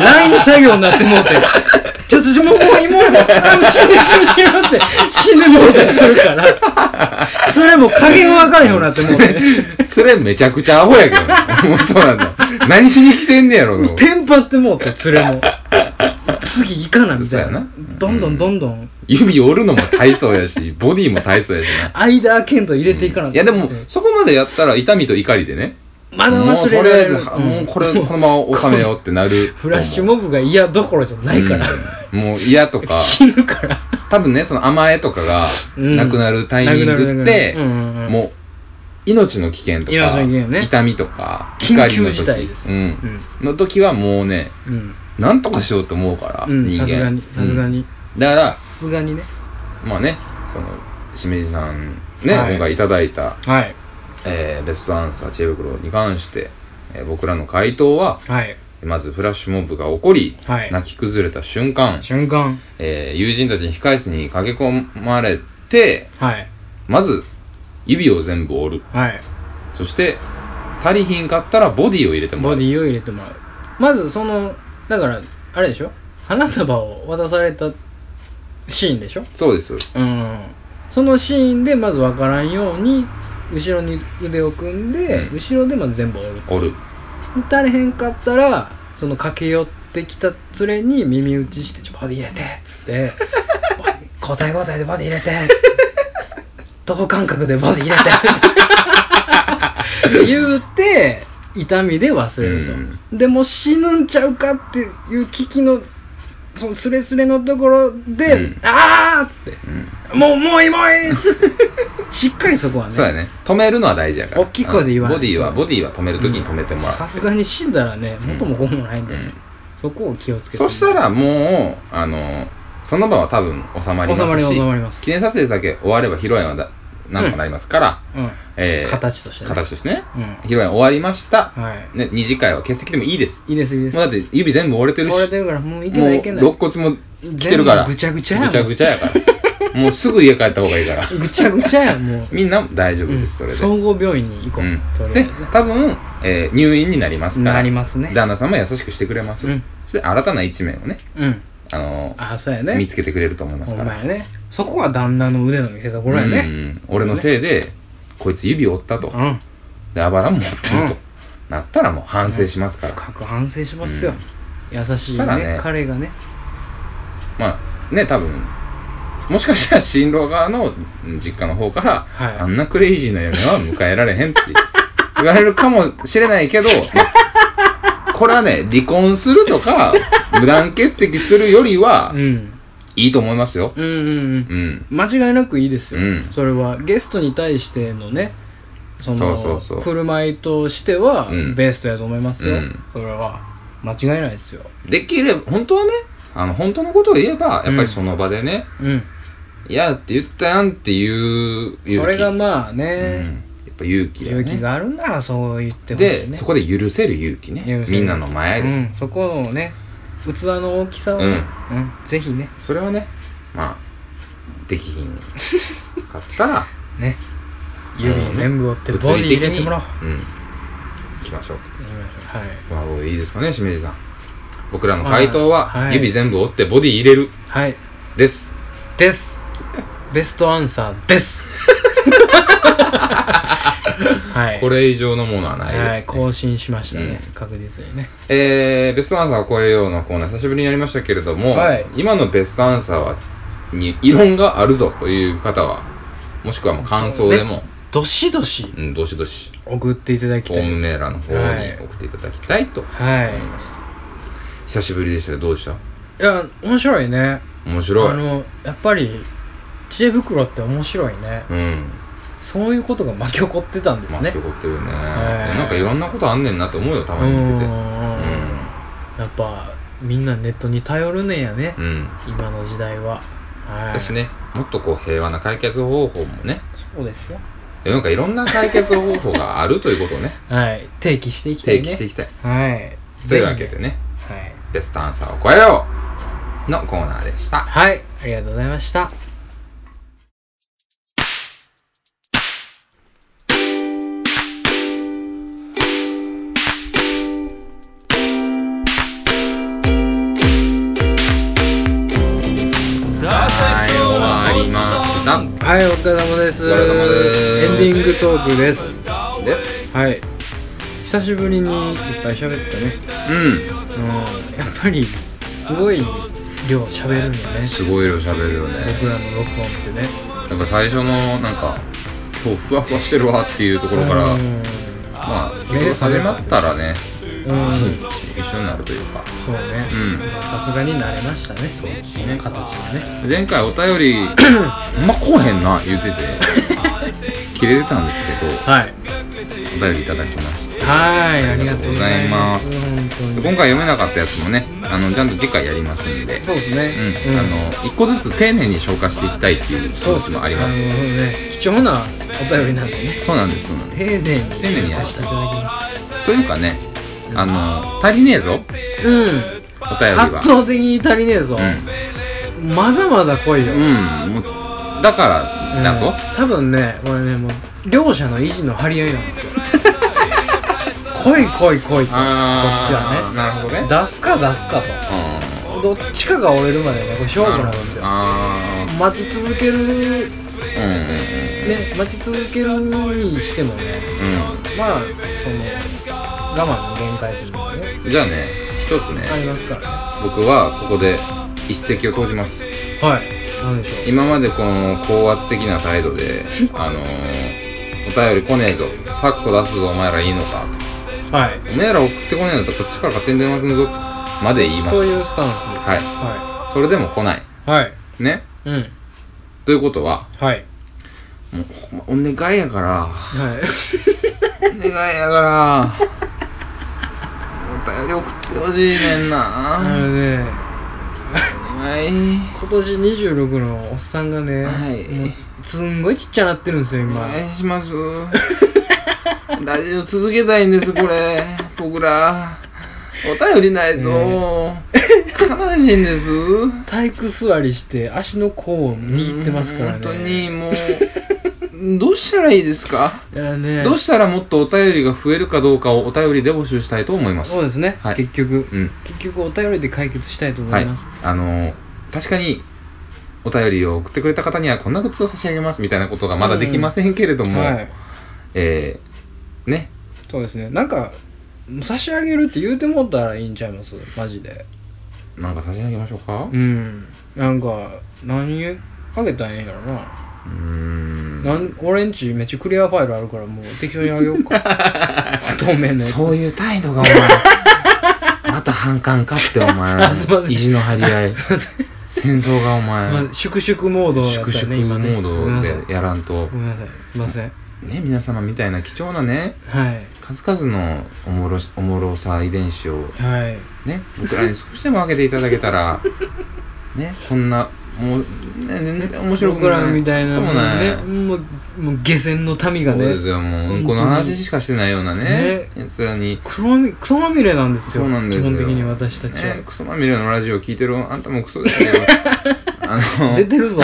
A: ライン作業になってもうてちょっとちょもうもうもうあもう死ぬ死ぬ死ぬって死ぬもうてするからそれも加減分かれへんようになってもうて
B: それめちゃくちゃアホやけどね、も <laughs> うそうなんだ。何しに来てんねや
A: <laughs>
B: ろ、と思って
A: テンパってもうて連れも次行かなみたい
B: そうや
A: な
B: な
A: どんどんどんどん
B: 指折るのも体操やし、ボディも体操やしな。
A: 間空けんと入れていかな、
B: いやでも、そこまでやったら痛みと怒りでね。
A: まだ
B: もう
A: 忘
B: と
A: れら
B: りあ
A: れ
B: え
A: る
B: ず、もうこれ、このまま収めようって
A: <laughs>
B: なると思う。
A: フラッシュモブが嫌どころじゃないから、
B: うんもう
A: <laughs>
B: 嫌とか、
A: 死ぬから
B: 多分ね、その甘えとかが
A: うん
B: なくなるタイミング
A: なく
B: って、
A: なるなくなるうんうんうん
B: もう命の危険と
A: 命
B: か、
A: の危険ね
B: 痛みとか、
A: 緊
B: 怒
A: 急
B: りの
A: 事
B: 時、
A: 態です
B: うん
A: うん
B: の時はもうね、
A: うん
B: なんとかしようと思うから、
A: うん
B: 人間。
A: さすがにさすが
B: うん
A: に
B: だから
A: さ、すがにね
B: まあね、その、しめじさんね、
A: はい
B: 今回いただいた、
A: はい
B: えーベストアンサー知恵袋に関して、えー僕らの回答は、
A: はい
B: まずフラッシュモブが起こり、
A: はい
B: 泣き崩れた瞬間、
A: 瞬間
B: えー友人たちに控室に駆け込まれて、
A: はい
B: まず、指を全部折る。
A: はい
B: そして、足りひんかったらボディを入れても
A: ボ
B: らう。
A: ディを入れてもらうまずそのだからあれでしょ花束を渡されたシーンでしょ
B: そうです。
A: うんそのシーンでまず分からんように後ろに腕を組んで、
B: うん
A: 後ろでまず全部折る
B: 折る。
A: で足れへんかったらその駆け寄ってきた連れに耳打ちして「ちょボディ入れて」っつって <laughs> 「交代交代でボディ入れて」等間隔でボディ入れて言うて痛みで忘れると、でも死ぬんちゃうかっていう危機のそのスレスレのところで、
B: うん
A: あーっつって、もう、もういいもういいしっかりそこはね。
B: そうやね。止めるのは大事やから。
A: 大きい声で言わない
B: うんボディは、ボディは止めるときに止めてもらう。
A: さすがに死んだらね、元も子もないんだよ、
B: うん
A: そこを気をつけて。
B: そした、らもう、あの、その場は多分収まり
A: 収ま
B: ます
A: ります、
B: し
A: 収、まります。
B: 記念撮影だけ終われば披露宴はだなんとかなりますから、
A: うん。
B: えー、
A: 形としてね。
B: 形としてね、
A: うん。
B: 披露宴終わりました。
A: は
B: ね、二次会は欠席でもいいです。
A: い。いいです、いいです
B: もう。だって指全部折れてるし、
A: 折れてるから、もういけ
B: も
A: な
B: う
A: い、いけない。
B: 肋骨も来てるから、
A: 全部ぐちゃぐちゃやん。
B: ぐちゃぐちゃやから。もうすぐ家帰った方がいいから。 <laughs>
A: ぐちゃぐちゃやん、もう。
B: みんな大丈夫です、
A: うん
B: <laughs> それ
A: 総
B: で。
A: 合病院に行こう。
B: うん。
A: とりあえ
B: で
A: ずね、
B: 多分、えー入院になりますから。
A: なりますね。
B: 旦那さんも優しくしてくれます、
A: うん
B: そして新たな一面をね、
A: うん。
B: あのー
A: ああ、そうや
B: 見
A: ね。
B: つけてくれると思います
A: お
B: から
A: 前ね。そこが旦那の腕の見せ所や
B: う
A: ね。
B: ん俺のせいで、こいつ指折ったと
A: うん。
B: であばらも持ってると、
A: うん
B: なったらもう反省しますから、
A: 深く反省しますよ。優しい
B: したらね
A: ね、彼がね。
B: まあね多分もしかしたら新郎側の実家の方から、
A: はい
B: あんなクレイジーな嫁は迎えられへんって <laughs> 言われるかもしれないけど、 <laughs> まあこれはね離婚するとか無断欠席するよりは、
A: うん。
B: いいと思いますよ
A: うんうんうん。
B: うん
A: 間違いなくいいですよ、
B: うん
A: それはゲストに対してのねその
B: そうそうそう
A: 振る舞いとしては
B: うん
A: ベストやと思いますよ、
B: うん
A: それは間違いないですよ
B: できれば本当はねあの本当のことを言えばやっぱりその場でね
A: うん
B: 「いや」って言ったやんっていう勇気
A: それがまあ
B: うん、や
A: ね、
B: っぱ勇気だよ
A: 勇気
B: ね
A: があるならそう言ってほしいね
B: でそこで許せる勇気ね
A: 許せる
B: みんなの前で、
A: うん、そこのね器の大きさをね、うんぜひね
B: それはねまあできひんかった
A: <laughs>
B: ら
A: ね指
B: うん
A: 全部折ってボディ入れてもらおう、
B: うん行きましょう
A: はい
B: まあもういいですかねしめじさん僕らの回答は、
A: はいはい
B: 指全部折ってボディ入れる
A: はい
B: です <laughs>
A: ですベストアンサーですはい
B: これ以上のものはないです、
A: はい、更新しましたね、確実にね
B: えー、ベストアンサーを超えようのコーナー久しぶりにやりましたけれども、
A: はい
B: 今のベストアンサーはに異論があるぞという方はもしくはもう感想でも、
A: どしどし
B: うん、どしどし
A: 送っていただき
B: ホ
A: た
B: ー
A: い
B: ムメーラーの方
A: はい
B: に送っていただきたいと
A: はい、
B: 思います、久しぶりでしたけどどうでした
A: いや面白いね
B: 面
A: あ
B: 白い
A: のやっぱり知恵袋って面白いね
B: うん
A: そういうことが巻き起こってたんで
B: ますあ
A: ね
B: 起こってるね、
A: はい
B: なんかいろんなことあんねんなと思うよた
A: う
B: まに見てて
A: ん
B: うん
A: やっぱみんなネットに頼るねんやね、
B: うん
A: 今の時代ははい
B: 私ねもっとこう平和な解決方法もね
A: そうですよ
B: 世の中いろんな解決方法があるということ
A: <laughs>
B: をね
A: はい提起していきたい
B: 提
A: ね
B: 起していきたい
A: はい
B: というわけでね
A: はい、
B: ベストアンサーを超えようのコーナーでした。
A: はい、ありがとうございました
B: はい、終わりました。
A: はい、お疲れ様です。
B: お疲れ様です
A: エンディングトークです。
B: です。
A: はい。久しぶりにいっぱい喋ったね。
B: うん。
A: うん、やっぱりすごい量喋るんよね。
B: すごい色喋るよね。
A: 僕らの録音ってね。
B: なんか最初の、なんか、今日ふわふわしてるわっていうところから、
A: うん、
B: まあ、
A: ね
B: 始まったらね、
A: うん、
B: 一
A: そ
B: 緒になるというか。
A: うね。
B: う
A: さすがに慣れましたね。そうですね。形がね。
B: ん。前回お便り、ほんまこうへんな、言う
A: <laughs>
B: てて、切れてたんですけ
A: はい。
B: ど、お便りいただきました。
A: はい、ありがとうございます。
B: あり
A: 本
B: で
A: 当
B: 今
A: に。
B: 回読めなかったやつもね、あの、ちゃんと次回やりますんで。
A: そうですね。
B: うん、あの一個ずつ丁寧に消化していきたいっていう気
A: そう
B: 持
A: で
B: ち
A: す
B: もあります。
A: のね、貴重なお便りなんでね。
B: そうなんですそうなんです
A: 丁寧に
B: 丁寧にや
A: さ
B: り
A: せていただきます。
B: というかねあの足りねえぞお便
A: うん
B: り
A: 圧
B: は
A: 倒的に足りねえぞ、まだまだ来いよ、
B: うん、うん、もうだからだ
A: う
B: ぞ
A: ん、多分ねこれねもう両者の意地の張り合いなんですよ <laughs> 来い来い来いとこっちは
B: ーなるほどね
A: ね出すか出すか
B: う
A: とどっちかが折れるまでねこれ勝負なんです
B: ん
A: よ
B: あ
A: 待ち続ける
B: ーうんうん
A: ね待ち続けるにしてもね
B: うん
A: まあその我慢の限界というのがね
B: うんじゃあね一つね
A: ありますからね
B: 僕はここで一石を投じます
A: はい何でしょ
B: 今までこの高圧的な態度
A: <laughs>
B: であのーお便り来ねえぞタッコ出すぞお前らいいのか
A: うはい
B: お前ら送ってこねえんだったらこっちから勝手に電話すんぞまで言いま
A: そう
B: し
A: いうスタンスです
B: た。はい。
A: は
B: それでも来ない。
A: いはい
B: ね。
A: うん
B: ということは、
A: はい
B: もうほんま、お願いやから。
A: はい
B: <laughs> お願い
A: <laughs>
B: やから。お便り送ってほしいねん
A: あ
B: な。
A: のね
B: お願い。
A: 今年26のおっさんがね、
B: はい
A: もうすんごいちっちゃなってるんですよ
B: お
A: 今、
B: 願いします。ラジオ続けたいんです、これ。僕ら。お便りないと、悲しいんです。
A: 体育座りして足の甲を握ってますからね
B: 本当にもう、どうしたらいいですか
A: いやね
B: どうしたらもっとお便りが増えるかどうかをお便りで募集したいと思います。
A: そうですね、
B: はい
A: 結局
B: うん。
A: 結局お便りで解決したいと思
B: はいい
A: ます、。
B: あのー確かに、お便りを送ってくれた方にはこんなグッズを差し上げますみたいなことがまだできませんけれども、
A: はい
B: えー、ね、
A: そうですねなんか差し上げるって言うてもったらいいんちゃいますマジで
B: なんか差し上げましょうか
A: うんなんか何あげたらええんやろな
B: うーん
A: なん俺んちめっちゃクリアファイルあるからもう適当にあげよう
B: <laughs>
A: か透明のやつ
B: そういう態度がお前、
A: <laughs>
B: また反感かってお前
A: あすいませ、ん
B: 意地の張り合い、戦争がお
A: ま
B: 前
A: あ、粛々モードやった
B: 粛
A: ね
B: 々
A: 今ね
B: モードでやらんと
A: ご、めんなさいすいません
B: ね、皆様みたいな貴重なね、
A: はい
B: 数々のおもろしおもろさ遺伝子を
A: はい
B: ね、僕らに少しでも分けていただけ
A: <laughs>
B: たら、ね、こんな、もう、ね、全然面白く
A: 僕
B: も
A: ら
B: ない。
A: みたいな
B: ともない。
A: ねもうもう下船の民が
B: そう
A: ね
B: ですよ、もう、うんこの話しかしてないようなね、やつらに、
A: クソまみクソまみれなんですよ
B: そうなんですよ
A: 基本的に私たちは、
B: ね、クソまみれのラジオ聞いてるあんたもクソです
A: <laughs>
B: よ。あ
A: 出
B: の、
A: て
B: <laughs>
A: るぞ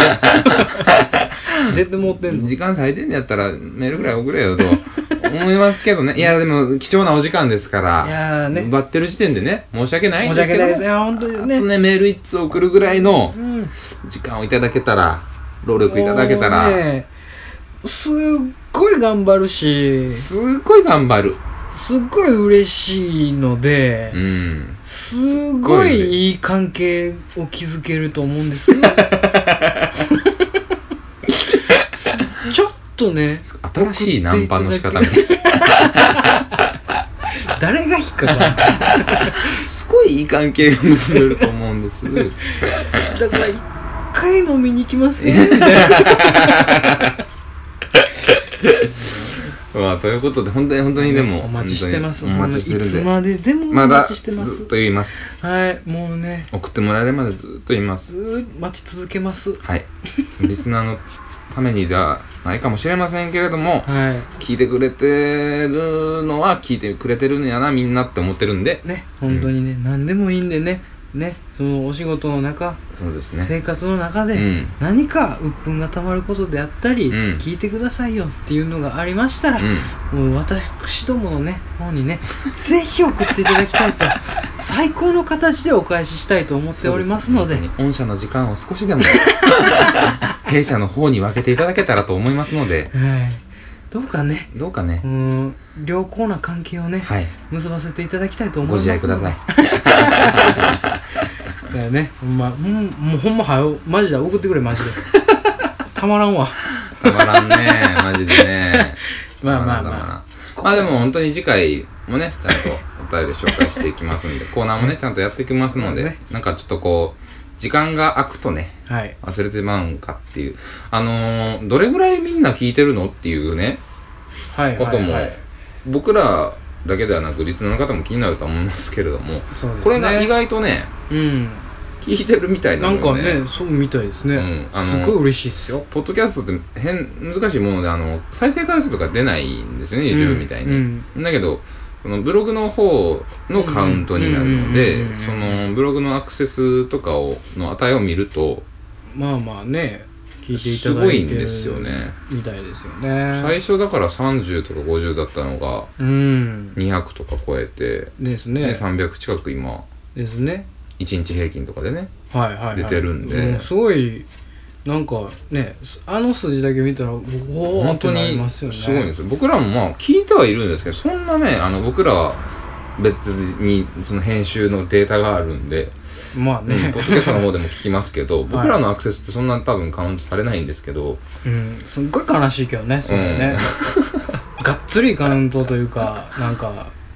A: 出てもってんぞ
B: 時間最低でやったらメールぐらい送れよと思いますけ
A: <laughs>
B: どね。いや、でも貴重なお時間ですから、
A: いやーね
B: 奪ってる時点でね、申し訳ないん
A: 申し
B: です
A: 訳ないで
B: けども、
A: すいや本当
B: あ
A: に
B: と
A: ね
B: ね、メール一通送るぐらいの
A: うん
B: 時間をいただけたら、労力いただけたら、
A: もうねすっごい頑張るしす
B: すっごい頑張る。
A: っごい嬉しいので、
B: うん。
A: すごいいい関係を築けると思うんですよちょっとね
B: 新しいナンパの仕方みたい
A: 誰が引っかかる
B: な。すごいいい関係が結べると思う
A: <laughs>
B: んです。
A: だから一回飲みに行きますよみたいな
B: まあ、ということで、本当に本当にでも、
A: お待ちしてます
B: 本当にお待ちして
A: いつ
B: るんで。
A: まででもお
B: まだ
A: 待ちしてます、
B: ずっと言います。
A: はいもうね
B: 送ってもらえるまでずっと言います。
A: ずー待ち続けます
B: はい。リスナーのためにではないかもしれませんけれども、
A: はい
B: 聞いてくれてるのは聞いてくれてるんやな、みんなって思ってるんで、
A: ね本当にね、何でもいいんでねねそのお仕事の中、
B: そうですね。
A: 生活の中
B: う
A: で、
B: ん。
A: 何か鬱憤がたまることであったり、
B: うん
A: 聞いてくださいよっていうのがありましたら、
B: うん。
A: もう私どものね方にねぜひ送っていただきたい
B: <laughs>
A: と最高の形でお返ししたいと思っておりますので
B: そうす。御社の時間を少しでも、 <laughs> 弊社の方に分けていただけたらと思いますので、
A: はい、どうかね
B: どうかね
A: う、ーん良好な関係をね、
B: はい、
A: 結ばせていただきたいと思い
B: ご
A: ます
B: 自愛ください。
A: <laughs> いだよねほんまほんもうほんまはよマジで送ってくれマジ
B: <laughs>
A: でたまらんわ
B: たまらんね、マジでね。
A: <laughs> まあまあ
B: た
A: ま
B: ま
A: あ
B: らんたまらんまあでも本当に次回もね、ちゃんとお便り紹介していきます
A: <laughs>
B: んで、コーナーもね、ちゃんとやっていきますので
A: ね、
B: なんかちょっとこう、時間が空くとね、
A: はい
B: 忘れてまうんかっていう。あのー、どれぐらいみんな聞いてるのっていうね、
A: はい
B: ことも、
A: はいはい
B: 僕らだけではなくリスナーの方も気になると思いますけれども、
A: そうですね
B: これが意外とね
A: うん
B: 聞いてるみたいな
A: な
B: の
A: ん
B: よ
A: かねそうみたいですね、
B: うんあの
A: すごい嬉しいですよ
B: ポッドキャストって変難しいものであの再生回数とか出ないんですよね YouTube みたいに、
A: うん
B: だけどそのブログの方のカウントになるの
A: うんうんうんうんうんう
B: で
A: ん
B: そのブログのアクセスとかをの値を見ると
A: まあまあね聞いてい
B: す
A: ただ
B: ごい
A: い
B: ん
A: てる
B: ですよね
A: みたいですよね
B: 最初だから30とか50だったのが
A: うん
B: 200とか超えて、
A: です
B: ね、
A: ね
B: 300近く今
A: ですね
B: 1日平均とかでね
A: はいはい、はい、
B: 出てるんで
A: うすごいなんかねすあの筋だけ見たらおお
B: 本当
A: ってなり
B: に
A: ます
B: す
A: よ
B: ご
A: ね
B: いんですよ僕らもまあ聞いてはいるんですけどそんなねあの僕らは別にその編集のデータがあるんで、
A: まあ
B: うん
A: ね
B: ポッドキャストの方でも聞きますけど僕らのアクセスってそんな多分カウントされないんですけど
A: うんす <laughs> っごい悲しいけどねそれね、がっつりカウントというかなんか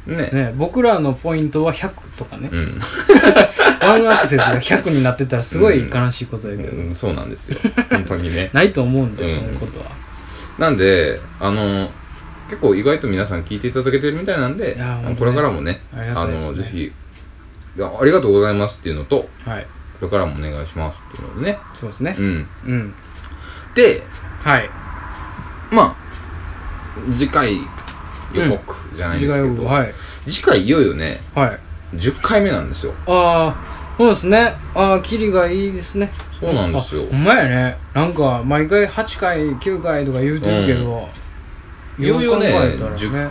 B: ね。
A: ね、僕らのポイントは100とかね
B: う、ん。
A: ワンアクセス
B: <laughs>
A: が100になってたらすごい悲しいことだけど、
B: うん <laughs> そうなんですよ。本当にね。
A: ないと思うんだよ、
B: うん
A: そういうことは。
B: なんで、あの、結構意外と皆さん聞いていただけてるみたいなんで、
A: いやー
B: あの
A: 本当ね
B: これからもね、
A: ありがたいですね
B: の、ぜひ、いやありがとうございますっていうのと、こ
A: はい。
B: れからもお願いしますっていうのでね。
A: そうですね
B: う。ん。
A: うん。
B: で、
A: はい。
B: まあ、次回予告じゃないですけど、
A: はい。
B: 次回いよいよね、
A: はい。
B: 10回目なんですよ。
A: ああ、そうですね。ああ、キリがいいですね。
B: そうなんですよ
A: あほ。んまやね。なんか、毎回8回、9回とか言うてるけど、
B: いよいよね、
A: 回。
B: 10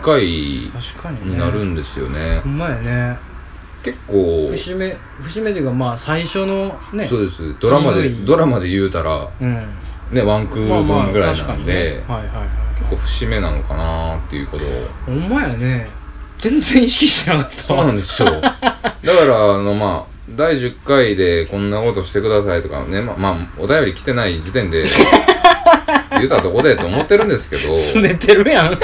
B: 回
A: 確かにね。
B: になるんですよね
A: ほ。んまやね。
B: 結構、
A: 節目、節目というか、まあ、最初のね。
B: そうです。ドラマで
A: すご、い
B: ドラマで言うたら、
A: うん。
B: ね、ワンクール分ぐらいなんで、
A: まあまあ確かにねはいはいはい。
B: 結構節目なのかなーっていうことを。
A: ほんまやね。全然意識してなかった
B: そう
A: わ。
B: なんで
A: <laughs>
B: すよ。だから、あの、まあ、第10回でこんなことしてくださいとかね、まあ、まあ、お便り来てない時
A: <laughs>
B: 点で、言うたらどこでと思ってるんですけど、
A: すねてるやん。い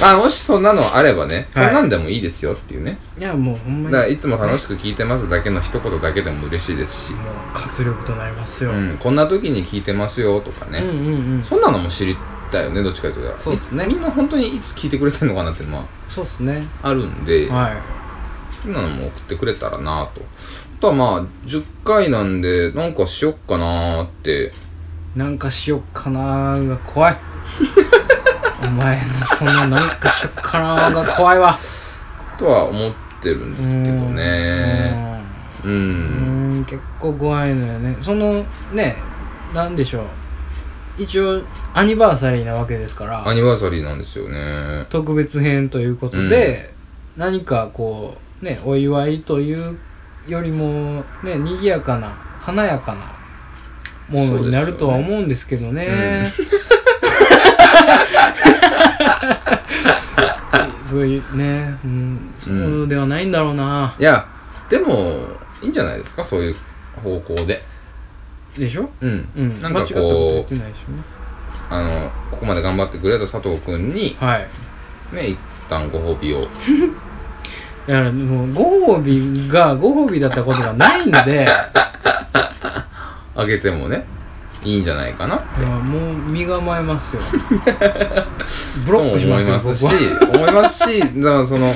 B: まあ、もしそんなのあればね、そんなんでもいいですよっていうね。
A: や、もうほんま
B: だ
A: に。
B: か
A: も
B: ら、
A: う
B: いつも楽しく聞いてますだけの一言だけでも嬉しいですし、
A: 活力となりますよ。
B: う
A: うん
B: ん、こんな時に聞いてますよとかね、
A: うんうん。
B: そんなのも知りたいよね、どっちかというと。
A: そうですね
B: みんな本当にいつ聞いてくれてるのかなっていうのは
A: そうっすね。
B: あるんで、
A: は
B: そんなのも送ってくれたらなと。あとはまあ、10回なんで、なんかしよっかなーって。
A: い。なんかしよっかなーが <laughs> 怖い。お前のそのなんかしよっかなーが怖いわ。
B: とは思ってるんですけどね。う。
A: うんん。うん、結構怖いのよね。その、ね、なんでしょう。一応、アニバーサリーなわけですから。
B: アニバーサリーなんですよね。
A: 特別編ということで、何かこうねお祝いというよりもね賑やかな華やかなものになるとは思うんですけどねす,、ごいね、うん、 <laughs> そうではないんだろうな、
B: いや、でも、いいんじゃないですか、そういう方向で。
A: でしょ
B: うん。
A: うん
B: なんか
A: 間違ったこと言
B: こ
A: って
B: う、
A: ないでしょね
B: あの、ここまで頑張ってくれた佐藤くんに、
A: はい
B: ね、一旦ご褒美を。
A: だからもうご褒美がご褒美だったことがないんで
B: あげてもね、いいんじゃないかな。
A: いやもう身構えます
B: <laughs>
A: よブロックしますよ
B: と
A: 僕
B: も
A: は
B: 思いますし、思いますし、だからその、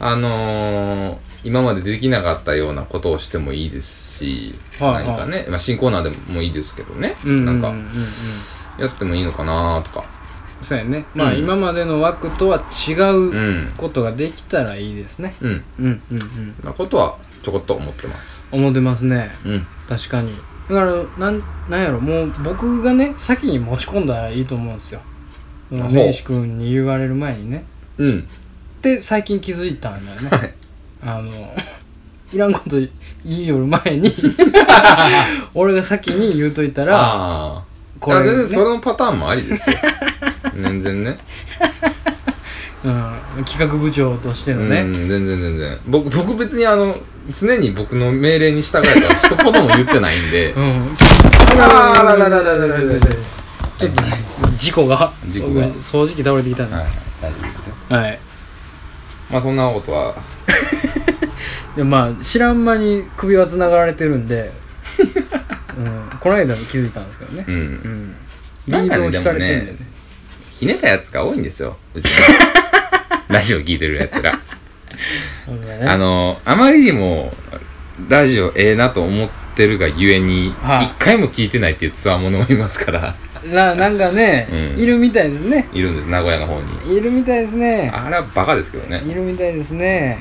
B: あのー今までできなかったようなことをしてもいいですし、
A: はい
B: 何かね、まあ、新コーナーでもいいですけどね、
A: うん
B: なん
A: う
B: か
A: んうんうん
B: やってもいいのかなとか、
A: そうやねまあ、
B: うん
A: 今までの枠とは違
B: う、
A: ううんことができたらいいですね
B: うん、
A: うんうんうん
B: なことはちょこっと思ってます。
A: 思ってますね
B: うん、
A: 確かにだからなんなんやろもう僕がね先に持ち込んだらいいと思うんですよその
B: ほう
A: 根岸君に言われる前にね
B: うん、
A: って最近気づいたんだよね
B: はい
A: あのいらんこと言いよる前
B: <laughs>
A: に俺が先に言うといたら
B: ああ、
A: これ、
B: い
A: ね
B: や全然そのパターンもありで
A: <laughs>
B: すよ。全然ね。
A: うん、企画部長として
B: う
A: の
B: ん、
A: ね、
B: 全然全然。僕、僕別にあの、常に僕の命令に従えたら一言も言ってないんで、
A: うん、
B: あらららららららら
A: ちょっとね事故が
B: 事故が
A: 掃除機倒れてきた
B: はい
A: ね
B: はい、大丈夫ですよ。
A: はい、
B: まあそんなことは、
A: でまあ知らん間に首は繋がられてるんで、うん、この間気づいたんですけどね
B: う、。
A: うんん、
B: なんかね
A: リードを引れてるんでね
B: ひねったやつが多いんですよ。
A: <laughs>
B: うちのラジオ聞いてるやつら。
A: ほんまね
B: あの、あまりにも、ラジオええなと思ってるがゆえに、一
A: はい
B: 回も聞いてないっていうツアーものもいますから、
A: ななんかね、
B: うん
A: いるみたいですね
B: いるんです、名古屋の方に。
A: いるみたいですね
B: あれはバカですけどね。
A: いるみたいですね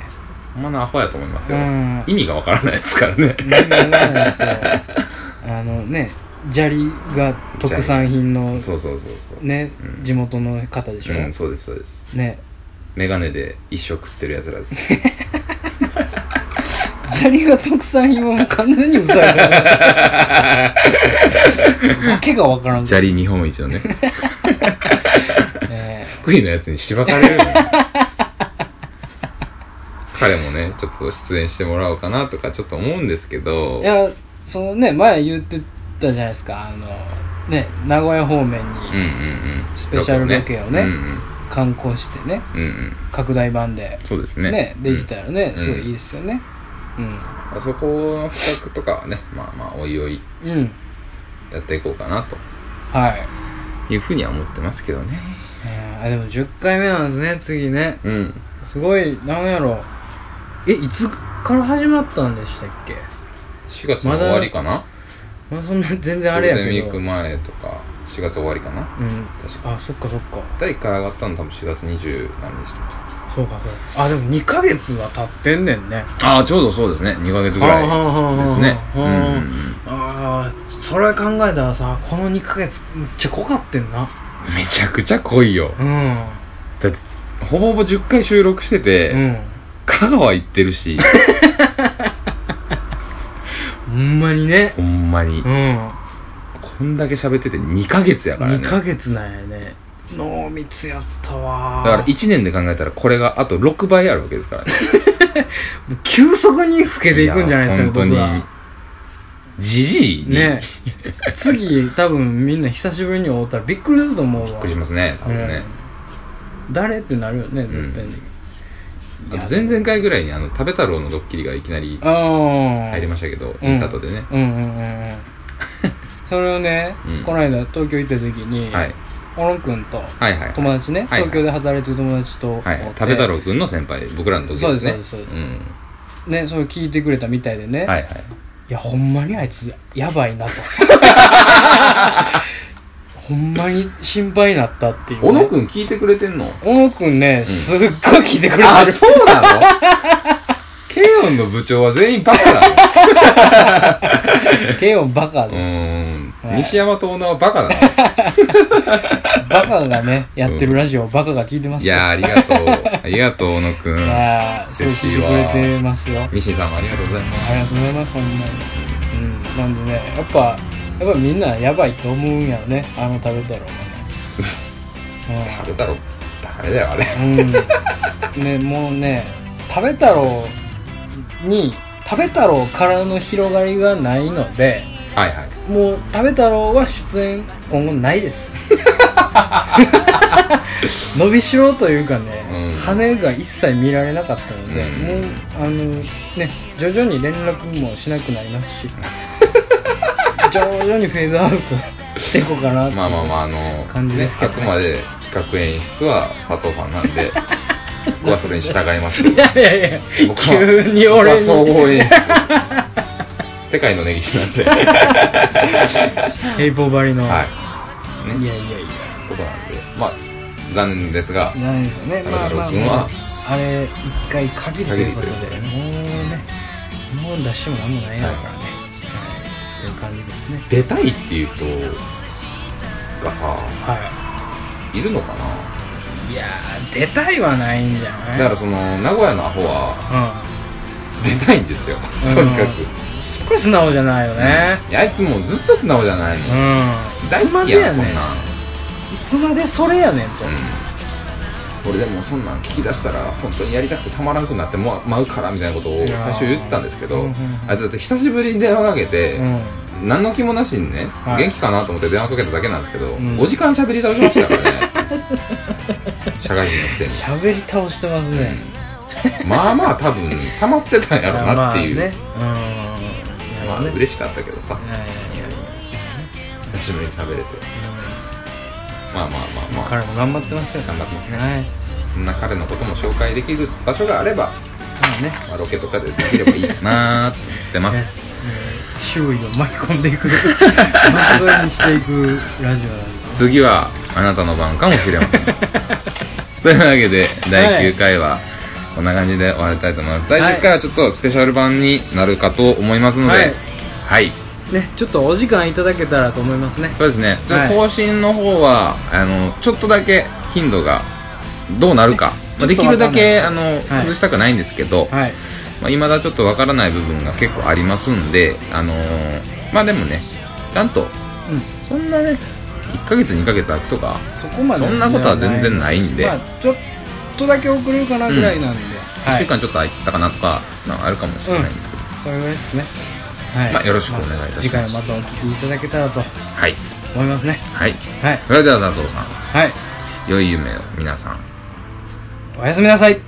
B: ほんまのアホやと思います
A: う
B: よ。
A: ん
B: 意味がわからないですからね。
A: なんかなんです
B: <laughs>
A: よあのね砂利が特産品の
B: そうそうそうそう。
A: ね、
B: うん
A: 地元の方でしょ、
B: うん、そうです、そうです。
A: ね
B: メガネで一生食ってるやつらです。
A: <laughs> 砂利が特産品はもう完全に嘘やから
B: <laughs>
A: わけがわからん
B: 砂利日本一のね。
A: えー
B: 福井のやつにしばかれるよ <laughs> ね彼もねちょっと出演してもらおうかなとかちょっと思うんですけど
A: いやそのね前言ってたじゃないですかあのね名古屋方面に
B: うんうんうん
A: スペシャルロケをね
B: うんうん
A: 刊行してね
B: うんうん
A: 拡大版で
B: そうですね
A: ねできたらね、
B: うん
A: すごいいいですよね
B: あそこの比較とかはねまあまあおいおい
A: うん、うん、
B: やっていこうかなと
A: はい
B: いうふうには思ってますけどね
A: えーあでも10回目なんですね次ね
B: うん
A: すごいなんやろえいつから始まったんでしたっけ
B: 4月の終わりかな
A: まあそんな全然
B: ゴー
A: あ
B: ル
A: れや
B: デンウ
A: け
B: ィー
A: ど
B: ク前とか4月終わりかな
A: うん
B: 確か
A: あそっかそっか
B: 第1回上がったの多分4月20何日とか
A: そうかそうかあでも2ヶ月は経ってんねんね
B: ああちょうどそうですね2ヶ月ぐらい
A: あー
B: ですねう
A: はーはーは
B: んう
A: ーはー
B: ん
A: ああそれ考えたらさこの2ヶ月むっちゃ濃かってんな
B: うんめちゃくちゃ濃いよ
A: うん
B: だってほぼほぼ10回収録してて、
A: うん
B: 香川行って
A: <laughs>
B: るし
A: ほんまにね
B: ほんまに
A: うん
B: こんだけ喋ってて2ヶ月やからね
A: 2
B: だ
A: ヶ
B: か
A: 月なんやね濃密やったわ
B: ら1年で考えたらこれがあと6倍あるわけですからね
A: 急速に老けていくんじゃ <laughs> ないですかね
B: や本当
A: 僕
B: に
A: は
B: じじいに
A: ね次多分みんな久しぶりに会うたらびっくりすると思うわ
B: びっくりしますね多分ね、
A: うん誰ってなるよね
B: ん
A: 絶対に、
B: あと前々回ぐらいにあの食べ太郎のドッキリがいきなり
A: ああ
B: 入りましたけど、インサートでね
A: うんうんうんうんそれをね、
B: うん
A: この間東京行った時に、
B: はい
A: 小野くんと
B: はいはいはい
A: 友達ね、
B: はい
A: 東京で働いてる友達と、
B: はい
A: 会っ
B: はい
A: て
B: 食べ太郎くんの先輩僕らの時ですね
A: そうですそうですそうです
B: ん
A: ねそれを聞いてくれたみたいでね、
B: はいはい
A: いやほんまにあいつやば
B: <laughs>
A: いなとほんまに心配になったっていう、ね、
B: 小野くん聞いてくれてんの
A: 小野くんね、すっごい聞いてくれてる
B: あ、そう
A: <laughs>
B: なのケイオンの部長は全員バカだろ。
A: ケイオンバカ
B: う
A: です。
B: ーん
A: は。い
B: 西山と女はバカだな。
A: バカがね、やってるラジオ、バカが聞いてます
B: い
A: よ。
B: やー、ありが
A: <laughs>
B: とう。ありがとう、小野くん。
A: あーそう
B: 嬉し
A: 聞い
B: い
A: て
B: わ
A: くれてますよ。あ
B: ミシンさんもありがとうございます。
A: りがとうございます、ほんまに。うん。なんでね、やっぱ、やっぱみんなやばいと思うんやろね、あの食べ太郎が
B: 食べ太郎、ダメだよ、あれ。
A: ね。うん。うん。ね、もうね、食べ太郎に、食べ太郎からの広がりがないので、
B: はいはい。
A: もう食べ太郎は出演今後ないです
B: <laughs>
A: 伸びしろというかね、
B: うん
A: 羽が一切見られなかったので、
B: うん
A: もうあのね徐々に連絡もしなくなります
B: <laughs>
A: し徐々にフェーズアウトしていこうかなって
B: まあまあまあ、あの、
A: 感じですけどね
B: あくまで企画演出は佐藤さんなん
A: <laughs>
B: で、僕はそれに従いますけど。
A: <laughs> いやいやいや
B: 僕は
A: <laughs> 急に
B: 僕は
A: 俺
B: 総
A: に
B: 合演出。世界の根岸な
A: <laughs>
B: んで。は
A: ヘイポーばりの、
B: い。
A: い
B: ね、
A: やいやいや
B: とこなんで。まあ、残念ですが、
A: なんですかね。まあまあ
B: 中
A: ま
B: 野
A: あ
B: 君は、
A: あれ一回限りということで、
B: 限り
A: もうね、もう出してもなんもないやろからね。はい。という感じですね。
B: 出たいっていう人がさ
A: はい。
B: るのかない
A: いやー出たいはないんじゃない。
B: だからその名古屋のアホは <laughs> 出たいんですよ
A: うん
B: とにかく、
A: うん。すっごい素直じゃないよね。
B: いやあいつもうずっと素直じゃないの、
A: うん。
B: 大
A: いつ
B: 好
A: ま
B: き
A: で
B: や
A: や
B: なこ
A: ね
B: んなん
A: ん。いつまでそれやねんと。
B: うん俺でもそんなん聞き出したら本当にやりたくてたまらんくなってま舞うからみたいなことを
A: いやー
B: 最初言ってたんですけど、
A: うんうんうん
B: あいつだって久しぶりに電話かけて、
A: うん。
B: 何の気もなしにね、
A: はい
B: 元気かなと思って電話かけただけなんですけど、
A: ん
B: 5時間喋り倒しましたからねあい
A: <laughs>
B: つ社会人のくせに
A: 喋り倒してますね。
B: <laughs> まあまあ多分溜まってたんやろなっていう
A: まあね。うん。
B: ま
A: なるほ
B: あ
A: どね。
B: 嬉しかったけどさ
A: いやいやいやいや
B: 久しぶりに食べれてまあまあまあまあ
A: 彼も頑張ってますよ。
B: 頑張ってますね
A: はい。
B: そんな彼のことも紹介できる場所があれば、
A: まあね。
B: まあ、ロケとかでできればいいかなーって思ってま
A: <laughs> ね
B: す
A: 周囲を巻き込んでい <laughs> く巻き添えにしていくラジオなんで
B: 次はあなたの番かもしれま
A: <laughs>
B: せんというわけで第9回はこんな感じで終わりたいと思います、
A: はい
B: 第10回はちょっとスペシャル版になるかと思いますので
A: はい
B: はい
A: ねちょっとお時間いただけたらと思いますね
B: そうですね、ちょっと
A: は
B: 更新の方はあのちょっとだけ頻度がどうなるか、まあ、
A: ちょ
B: で
A: っと
B: き
A: わか
B: る
A: んない
B: だけあの
A: はい
B: 崩したくないんですけど、
A: はい
B: まあ、未だちょっとわからない部分が結構ありますんで、あのーまあでもねちゃんと
A: うん
B: そんなね1ヶ月2ヶ月空くとか
A: そこまで
B: そんなことは全然ないんで
A: まあちょっとだけ遅れるかなぐらいなんで、
B: 1
A: はい
B: 週間ちょっと空いてたかなとか、まあ、あるかもしれないんですけど、
A: それぐらいですねはい、
B: まあよろしくお願いいたします
A: 次回またお聞きいただけたらと
B: はい
A: 思いますね
B: はい
A: はい
B: それでは佐藤さん
A: はい
B: 良い夢を皆さん
A: おやすみなさい